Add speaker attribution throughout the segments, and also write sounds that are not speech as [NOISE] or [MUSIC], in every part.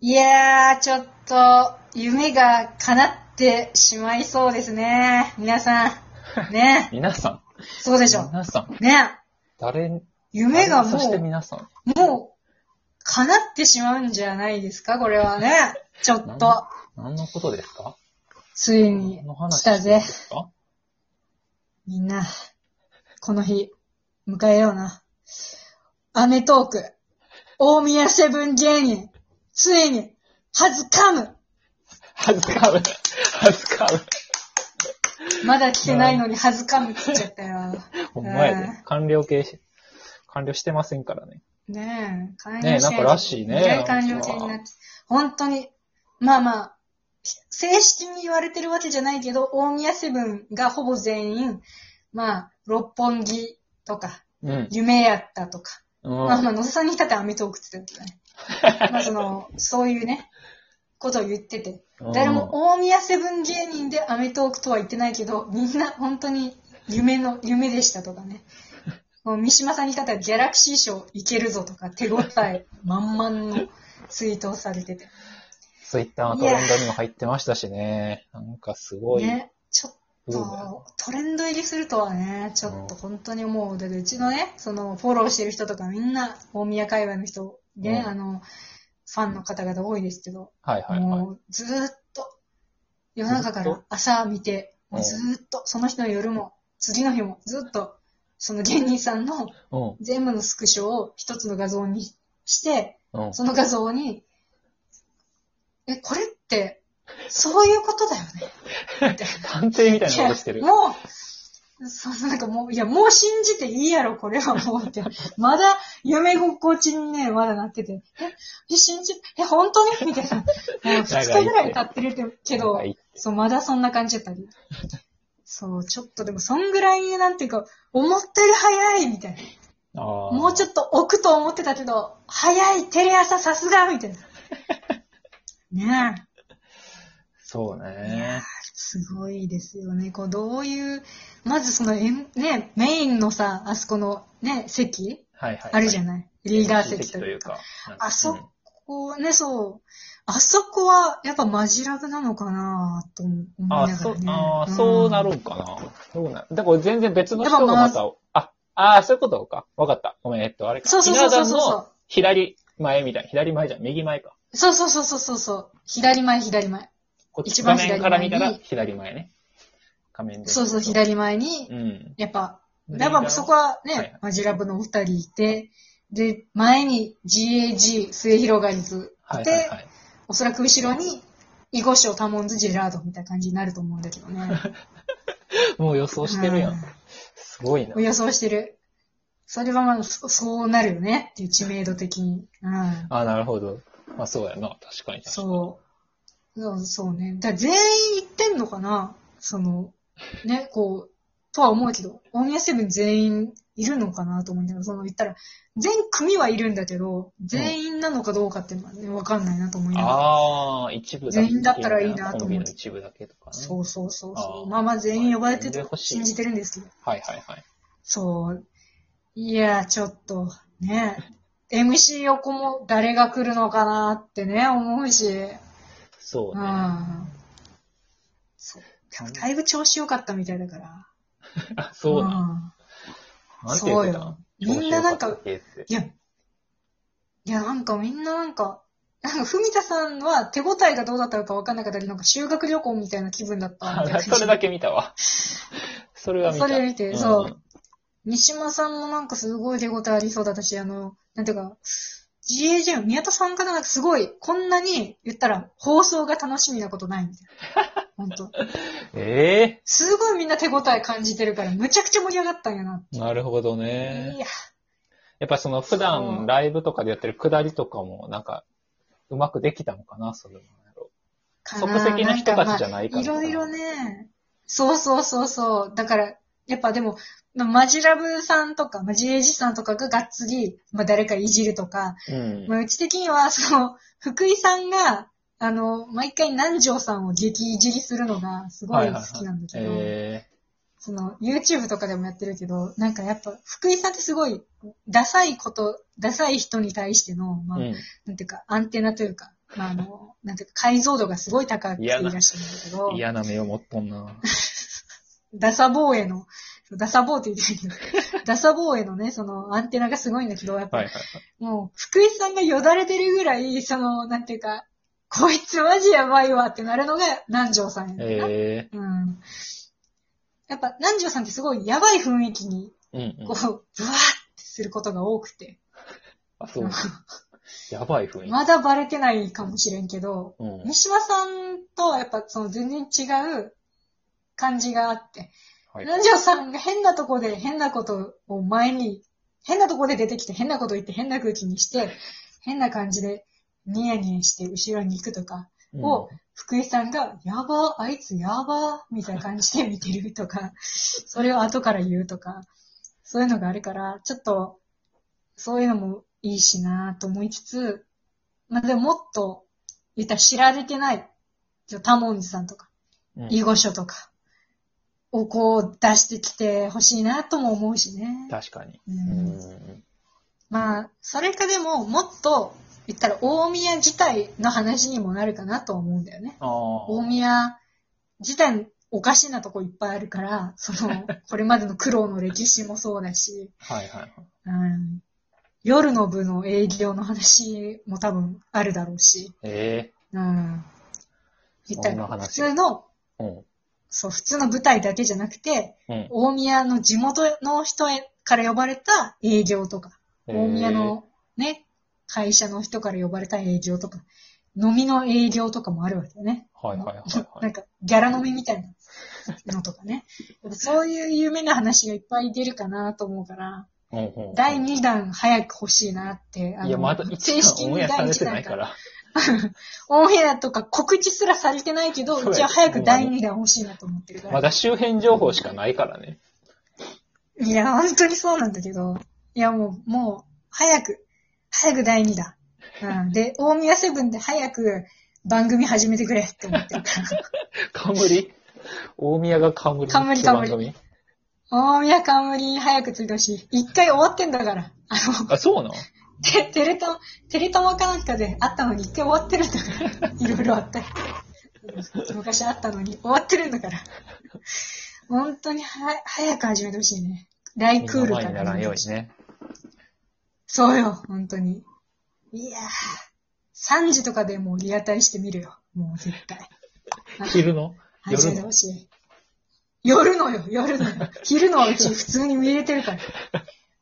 Speaker 1: いやー、ちょっと、夢が叶ってしまいそうですね。皆さん。ね
Speaker 2: 皆さん。
Speaker 1: そうでしょ。
Speaker 2: 皆さん。
Speaker 1: ね
Speaker 2: 誰、
Speaker 1: 夢がも
Speaker 2: そして皆さん。
Speaker 1: う、もう、叶ってしまうんじゃないですか、これはね。ちょっと、
Speaker 2: 何のことですか
Speaker 1: ついに
Speaker 2: 何の、話
Speaker 1: 来た
Speaker 2: してるん
Speaker 1: ぜ
Speaker 2: で。すか
Speaker 1: みんな、この日、迎えような。アメトーク、大宮セブン芸人、ついに、はずかむ
Speaker 2: 恥ずかむ。恥ずかむ。
Speaker 1: まだ来てないのにはずかむって言っちゃったよ。
Speaker 2: ほんまや
Speaker 1: うん
Speaker 2: で。完了形し、完了してませんからね。
Speaker 1: ねえ、完
Speaker 2: ねえなんからしいね
Speaker 1: 未来完了形になって。本当に、まあまあ、正式に言われてるわけじゃないけど、大宮セブンがほぼ全員、まあ、六本木とか、
Speaker 2: うん。
Speaker 1: 夢やったとか、
Speaker 2: うん。
Speaker 1: まあまあ、野瀬さんに至ってはアメトークって言ってたけどね。まあその、そういうね、ことを言ってて。
Speaker 2: うん
Speaker 1: 誰も大宮セブン芸人でアメトークとは言ってないけど、みんな本当に夢の、夢でしたとか
Speaker 2: [LAUGHS]
Speaker 1: ね。もう三島さんに至ってはギャラクシー賞いけるぞとか手応え満々のツイートをされてて。
Speaker 2: ツイッターのトレンドにも入ってましたしね。なんかすごい。
Speaker 1: ね。ちょっ
Speaker 2: ブームや
Speaker 1: とトレンド入りするとはね、ちょっと本当にもう、だってうちのね、そのフォローしてる人とかみんな大宮界隈の人で、
Speaker 2: うん
Speaker 1: あの、ファンの方々多いですけど、
Speaker 2: はいはいはい。
Speaker 1: もうずーっと、夜中か
Speaker 2: ずっ
Speaker 1: ら朝見て、
Speaker 2: うん
Speaker 1: ずーっと、その日の夜も、次の日も、ずっと、その芸人さんの
Speaker 2: う
Speaker 1: 全部のスクショを一つの画像にして、
Speaker 2: ん。うん。
Speaker 1: その画像に、え、これって、そういうことだよね。
Speaker 2: 探偵みたいなことして
Speaker 1: い
Speaker 2: る
Speaker 1: や。もう、そうそう、なんかもう、いや、もう信じていいやろ、これはもうって。まだ、夢心地にね、まだなってて。え、え信じ、え、本当にみたいな。もう二日ぐらい経ってるけど
Speaker 2: なんかいい、
Speaker 1: そう、まだそんな感じだったり。そう、ちょっとでも、そんぐらいになんていうか、思ったより早いみたいな。も
Speaker 2: も
Speaker 1: うちょっと置くと思ってたけど、早い、テレ朝さすがみ
Speaker 2: [LAUGHS]
Speaker 1: たいな。ねえ。
Speaker 2: そう
Speaker 1: いやー
Speaker 2: ね。
Speaker 1: すごいですよね。こう、どういう、まずその、えんね、メインのさ、あそこの、ね、席
Speaker 2: はいはい。
Speaker 1: あるじゃない、リーダー席と
Speaker 2: と
Speaker 1: い
Speaker 2: いうう
Speaker 1: か。
Speaker 2: か。なんか
Speaker 1: あそ
Speaker 2: うん
Speaker 1: こうね、そう。あそこは、やっぱマジラブなのかなと思いな
Speaker 2: あ、
Speaker 1: がら
Speaker 2: そ、
Speaker 1: ね。
Speaker 2: あーそうなる
Speaker 1: ん
Speaker 2: んかな。そうなだから全然別の人がまた、あ、あーそういうことか。わかった。ごめん、えっと、あれか。
Speaker 1: そうそうそうそう
Speaker 2: ひな壇の左前みたいな。左前じゃん。右前か。
Speaker 1: そうそうそうそうそうそう。左前、左前。
Speaker 2: こっち
Speaker 1: 一番
Speaker 2: 画
Speaker 1: 左前に
Speaker 2: 面から見たら左前ね。画面で。
Speaker 1: そうそう、。左前に、
Speaker 2: うん。
Speaker 1: やっぱ、
Speaker 2: で
Speaker 1: やっぱそこはね、
Speaker 2: はい
Speaker 1: マジラブのお二人いて、で、前に GAG、末広がりず
Speaker 2: はいい
Speaker 1: て、
Speaker 2: はいはい。
Speaker 1: おそらく後ろに、囲碁賞、タモンズ、ジェラードみたいな感じになると思うんだけどね。
Speaker 2: もう予想してるや
Speaker 1: うん
Speaker 2: ん。すごいな。
Speaker 1: 予想してる。それはまあ、そそうなるよねっていう知名度的に。うん。
Speaker 2: あ、なるほど。まあそうやな。確かに。
Speaker 1: そう。そうそうね。だから全員行ってんのかなその、ね、こう、とは思うけど、大宮セブン全員いるのかなと思うんだけど、その言ったら、全組はいるんだけど、全員なのかどうかっていうのはね、わかんないなと思いながら。
Speaker 2: ああ、一部だけ
Speaker 1: 全員だったらいいなと思って
Speaker 2: コンビの一部だけとかね。
Speaker 1: そうそうそうそ
Speaker 2: あ
Speaker 1: う。
Speaker 2: ー
Speaker 1: まあまあ全員呼ばれて
Speaker 2: 呼んで
Speaker 1: る
Speaker 2: ほしい
Speaker 1: 信じてるんですけど。
Speaker 2: はいはいはい。
Speaker 1: そう。いや、ちょっと、ね。MC 横も誰が来るのかなってね、思うし。
Speaker 2: そううね。
Speaker 1: ん。そう。でもだいぶ調子良かったみたいだから。
Speaker 2: あ、 [LAUGHS] そうなん。
Speaker 1: ん
Speaker 2: なんて言っ
Speaker 1: そう
Speaker 2: てた
Speaker 1: よ
Speaker 2: の
Speaker 1: みんななんか
Speaker 2: 調子良ったって
Speaker 1: いや、いや、なんかみんななんか、なんか、文田さんは手応えがどうだったのか分かんなかったけど、なんか修学旅行みたいな気分だったみたい
Speaker 2: 言
Speaker 1: な
Speaker 2: ってそれだけ見たわ。それは見た。
Speaker 1: それ見てそう。三島さんもなんかすごい手応えありそうだったし、あの、なんていうか、GAJ の宮田さんからなんかすごい、こんなに言ったら放送が楽しみなことないみたい
Speaker 2: [LAUGHS]
Speaker 1: な。本当
Speaker 2: え
Speaker 1: すごいみんな手応え感じてるから、むちゃくちゃ盛り上がったんやな。
Speaker 2: えなるほど
Speaker 1: い
Speaker 2: ね。
Speaker 1: や、
Speaker 2: やっぱその普
Speaker 1: そう
Speaker 2: 段ライブとかでやってるくだりとかも、なんか、うまくできたのかな、それも。
Speaker 1: かな
Speaker 2: 即席の人たちじゃ
Speaker 1: んか
Speaker 2: ない
Speaker 1: ま
Speaker 2: か
Speaker 1: あいろ
Speaker 2: ら。
Speaker 1: いろ。ね、そうそうそうそう。だから、やっぱでも、まあマジラブさんとか、まあ、GAG さんとかががっつり、まあ、誰かいじるとか、
Speaker 2: うん。
Speaker 1: まあ、うち的には、その、福井さんが、あの、毎回南條さんを激いじりするのがすごい好きなんだけど、
Speaker 2: え
Speaker 1: その、YouTube とかでもやってるけど、なんかやっぱ、福井さんってすごい、ダサいこと、ダサい人に対しての、まあ、
Speaker 2: えうん。
Speaker 1: なんていうか、アンテナというか、まあ、あの、なんていうか、解像度がすごい高くいらっしゃるんだけど、
Speaker 2: 嫌な目を持っとんな。
Speaker 1: ダサ坊への、ダサ坊って言ってるけど、ダサ坊へのね、そのアンテナがすごいんだけど、やっぱ、
Speaker 2: はいはいはい。
Speaker 1: もう、福井さんがよだれてるぐらい、その、なんていうか、こいつマジやばいわってなるのが南條さんやねんな
Speaker 2: え
Speaker 1: うん。やっぱ南條さんってすごいやばい雰囲気に、
Speaker 2: えうんうん
Speaker 1: こ。う、ブワーってすることが多くて、
Speaker 2: あ、そう。やばい雰囲気。
Speaker 1: まだバレてないかもしれんけど、
Speaker 2: うん。
Speaker 1: 三島さんとはやっぱその全然違う感じがあって、
Speaker 2: はい。
Speaker 1: 南條さんが変なとこで変なことを前に、変なとこで出てきて変なこと言って変な空気にして、変な感じでニヤニヤして後ろに行くとかを、福井さんが、やば、あいつやば、みたいな感じで見てるとか、それを後から言うとか、そういうのがあるから、ちょっと、そういうのもいいしなと思いつつ、まあ、でももっと、言ったら知られてない、じゃあタモンズさんとか、
Speaker 2: うんうん
Speaker 1: 囲碁書とか、をこう出してきてほしいなとも思うしね。
Speaker 2: 確かに。
Speaker 1: う
Speaker 2: うんん。
Speaker 1: まあ、それかでも、もっと、言ったら大宮自体の話にもなるかなとは思うんだよね。
Speaker 2: ああ。
Speaker 1: 大宮自体おかしなとこいっぱいあるから、そ
Speaker 2: [LAUGHS]
Speaker 1: の、これまでの苦労の歴史もそうだし、
Speaker 2: はいはいはい。
Speaker 1: うん、夜の部の営業の話も多分あるだろうし、
Speaker 2: え
Speaker 1: うん。言った
Speaker 2: そんな
Speaker 1: ら、普
Speaker 2: 話
Speaker 1: 通の、
Speaker 2: えうん。
Speaker 1: そう、普通の舞台だけじゃなくて、
Speaker 2: うん。
Speaker 1: 大宮の地元の人へから呼ばれた営業とか、大宮のね、会社の人から呼ばれた営業とか、飲みの営業とかもあるわけよね。
Speaker 2: えー。はいはいはいは。
Speaker 1: ないんか、ギャラ飲みみたいなのとかね。 [LAUGHS] そういう有名な話がいっぱい出るかなと思うから、
Speaker 2: うんうんうん
Speaker 1: 第2弾早く欲しいなって、
Speaker 2: いや、まだ
Speaker 1: 正式
Speaker 2: 1
Speaker 1: に
Speaker 2: オンエアさ
Speaker 1: 第
Speaker 2: れ
Speaker 1: 1
Speaker 2: てな
Speaker 1: 弾
Speaker 2: いか
Speaker 1: から。
Speaker 2: ら。
Speaker 1: オンエアとか告知すらされてないけど、
Speaker 2: そうや
Speaker 1: うちは早く第2弾欲しいなと思ってるか
Speaker 2: ま
Speaker 1: ら。
Speaker 2: だ周辺情報しかないからね。
Speaker 1: いや、本当にそうなんだけど、いやもう、もう、早く、早く第2弾。うん、で、大宮セブンで早く番組始めてくれって思ってるから。
Speaker 2: [LAUGHS] 冠大宮が冠の
Speaker 1: 冠
Speaker 2: 番組。
Speaker 1: 大宮冠早くついてほしい。一回終わってんだから。あの、
Speaker 2: あ、そうなん
Speaker 1: てテレト、テレトマかなんかであったのに一回終わってるんだから。いろいろあったり。昔あったのに終わってるんだから。本当には早く始めてほしいね。来クールか
Speaker 2: 名前にならんようにね。
Speaker 1: そうよ、本当に。いやー。3時とかでもうリアタイしてみるよ。もう絶対。
Speaker 2: 昼の夜の
Speaker 1: 始めてほしい。夜のよ、夜のよ。昼のはうち普通に見れてるから。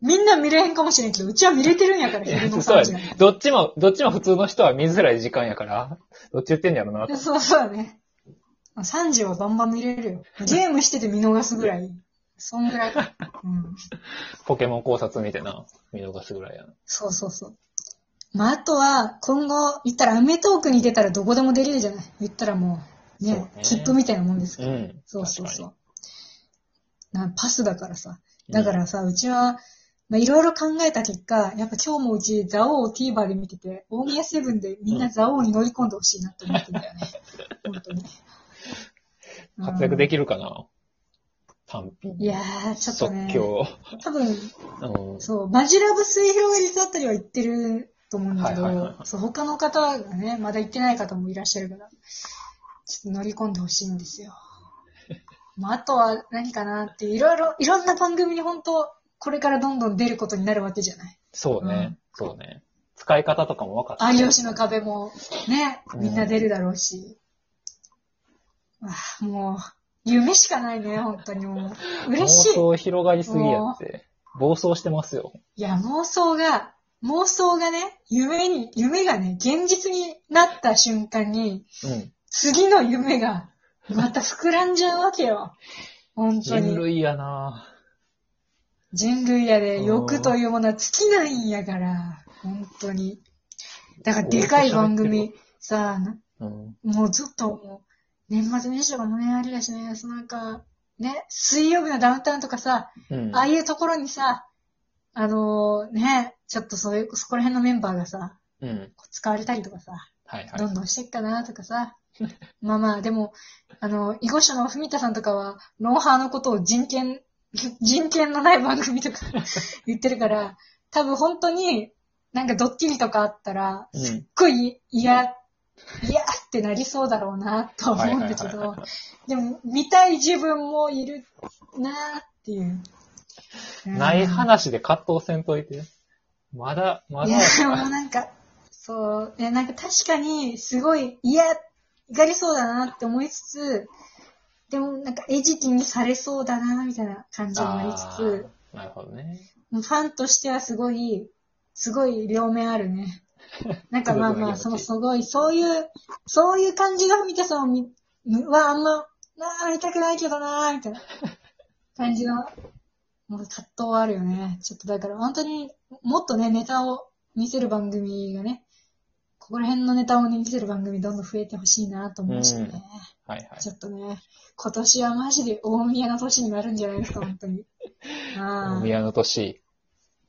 Speaker 1: みんな見れへんかもしれんけど、うちは見れてるんやから、
Speaker 2: いや
Speaker 1: 昼の
Speaker 2: そ
Speaker 1: 3
Speaker 2: うや
Speaker 1: 時なん
Speaker 2: ね。どっちも、どっちも普通の人は見づらい時間やから、どっち言ってんやろな
Speaker 1: て。。そうそうだね。3時はバンバン見れるよ。ゲームしてて見逃すぐらい。そんぐらいか。うん。
Speaker 2: ポケモン考察見てな、見逃すぐらいやな。
Speaker 1: そうそうそう。まあ、あとは、今後、言ったら、アメトークに出たらどこでも出れるじゃない。言ったらもう、ね、
Speaker 2: そうね
Speaker 1: 切符みたいなもんですから。
Speaker 2: うん。
Speaker 1: そうそう
Speaker 2: 確か
Speaker 1: そう。なパスだからさ。
Speaker 2: に
Speaker 1: だか、らさ、うちは、まあ、いろいろ考えた結果、やっぱ今日もうち、ザオーを TVer で見てて、大宮セブンでみんなザオーに乗り込んでほしいなって思ってんだ
Speaker 2: [LAUGHS]
Speaker 1: よね。本当に。
Speaker 2: うん活躍できるかな単品。
Speaker 1: うんいやー、ちょっと
Speaker 2: 即
Speaker 1: ね、
Speaker 2: 興。
Speaker 1: 多分、
Speaker 2: うん。
Speaker 1: そう、マジラブ水平率あたりは行ってると思うんだけど、
Speaker 2: はいはいはいはい
Speaker 1: そう他の方がね、まだ行ってない方もいらっしゃるから、ちょっと乗り込んでほしいんです
Speaker 2: [LAUGHS]
Speaker 1: よ。まあ、あとは何かなって、いろいろ、いろんな番組に本当、これからどんどん出ることになるわけじゃない。
Speaker 2: そう
Speaker 1: う
Speaker 2: ね
Speaker 1: ん。
Speaker 2: そうね。使い方とかも分かった。
Speaker 1: 有吉の壁もね、みんな出るだろうし。ああもう、夢しかないね、本当にもう。嬉しい。
Speaker 2: 妄想広がりすぎやって。暴走してますよ。
Speaker 1: いや、妄想が、妄想がね、夢に、夢がね、現実になった瞬間に、
Speaker 2: うん。
Speaker 1: 次の夢が、また膨らんじゃうわけよ。本当
Speaker 2: 人
Speaker 1: に。
Speaker 2: 類やな
Speaker 1: 人類や
Speaker 2: う
Speaker 1: で、
Speaker 2: ん
Speaker 1: 欲というものは尽きないんやから、本当に。だから、でかい番
Speaker 2: おー
Speaker 1: 組、さあ、な
Speaker 2: うん。
Speaker 1: もうずっともう、年末年始とかもね、あれだしね、そのなんか、ね、水曜日のダウンタウンとかさ、
Speaker 2: うん。
Speaker 1: ああいうところにさ、あのーね、ちょっとそういう、そこら辺のメンバーがさ、
Speaker 2: うん。
Speaker 1: こう使われたりとかさ、
Speaker 2: はいはい
Speaker 1: ど。んどんしてっかなとかさ。まあまあ、でも、あの、囲碁書の文田さんとかは、ロンハーのことを人権、人権のない番組と
Speaker 2: [LAUGHS]
Speaker 1: か言ってるから、多分本当に、なんかドッキリとかあったら、
Speaker 2: うん
Speaker 1: すっごい嫌いやーってなりそうだろうな、とは思うんだけ
Speaker 2: はいはい
Speaker 1: ど
Speaker 2: はいは、
Speaker 1: でも、見たい自分もいるなーっていう。うん
Speaker 2: ない話で葛藤せんといて。まだ、ま
Speaker 1: い
Speaker 2: だ
Speaker 1: や、、もうなんか、そう、いや、なんか確かに、すごい嫌がりそうだなって思いつつ、でもなんか餌食にされそうだな、みたいな感じもありつつ、
Speaker 2: あーなるほどね。
Speaker 1: ファンとしてはすごい、すごい両面ある [LAUGHS] ね。なんかまあまあ、
Speaker 2: す
Speaker 1: その
Speaker 2: ごい気持ちいい
Speaker 1: すごい、そういう、そういう感じが見てさんを見はあんま、なあ、見たくないけどな、みたい [LAUGHS] な感じの、もう葛藤はあるよね。ちょっとだから本当にもっとね、ネタを見せる番組がね、ここら辺のネタをね見せる番組どんどん増えてほしいなと思うしね。
Speaker 2: はいはい。
Speaker 1: ちょっとね、今年はマジで大宮の年になるんじゃないですか、本当 [LAUGHS] に。ああ
Speaker 2: 大宮の年、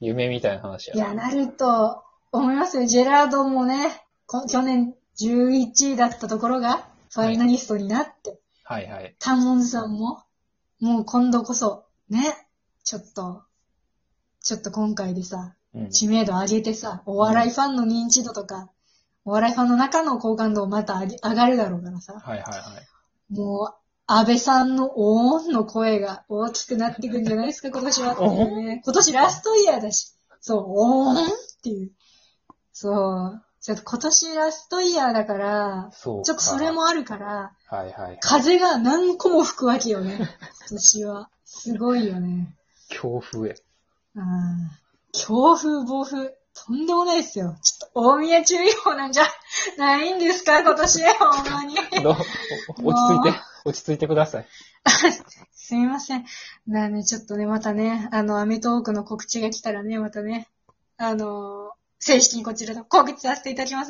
Speaker 2: 夢みたいな話や
Speaker 1: いや、なると思いますよ。ジェラードンもね、こ去年11位だったところが、ファイナリストになって、
Speaker 2: はいはい。
Speaker 1: タモンさんも、もう今度こそ、ね、ちょっと、ちょっと今回でさ、
Speaker 2: うん。
Speaker 1: 知名度上げてさ、お笑いファンの認知度とか、お笑いファンの中の好感度もまた上げ上がるだろうからさ、
Speaker 2: はいはいはい。
Speaker 1: もう、安倍さんのおーんの声が大きくなってくんじゃないですか、今年はっていうね。今年ラストイヤーだし。そう、おーんっていう。そう。ちょっと今年ラストイヤーだから、
Speaker 2: そうか。
Speaker 1: ちょっとそれ。もあるから、
Speaker 2: はいはい。
Speaker 1: 風が何個も吹くわけよね。今年は。すごいよね。
Speaker 2: 強風や。
Speaker 1: あー強風、暴風、とんでもないですよ。ちょっと大宮注意報なんじゃないんですか、今年、ほんまに。
Speaker 2: どうお落ち着いて
Speaker 1: も、
Speaker 2: 落ち着いてください。
Speaker 1: すみません。なあね、ちょっとね、またね、あの、アメトーークの告知が来たらね、またね、あのー正式にこちらの告知させていただきます。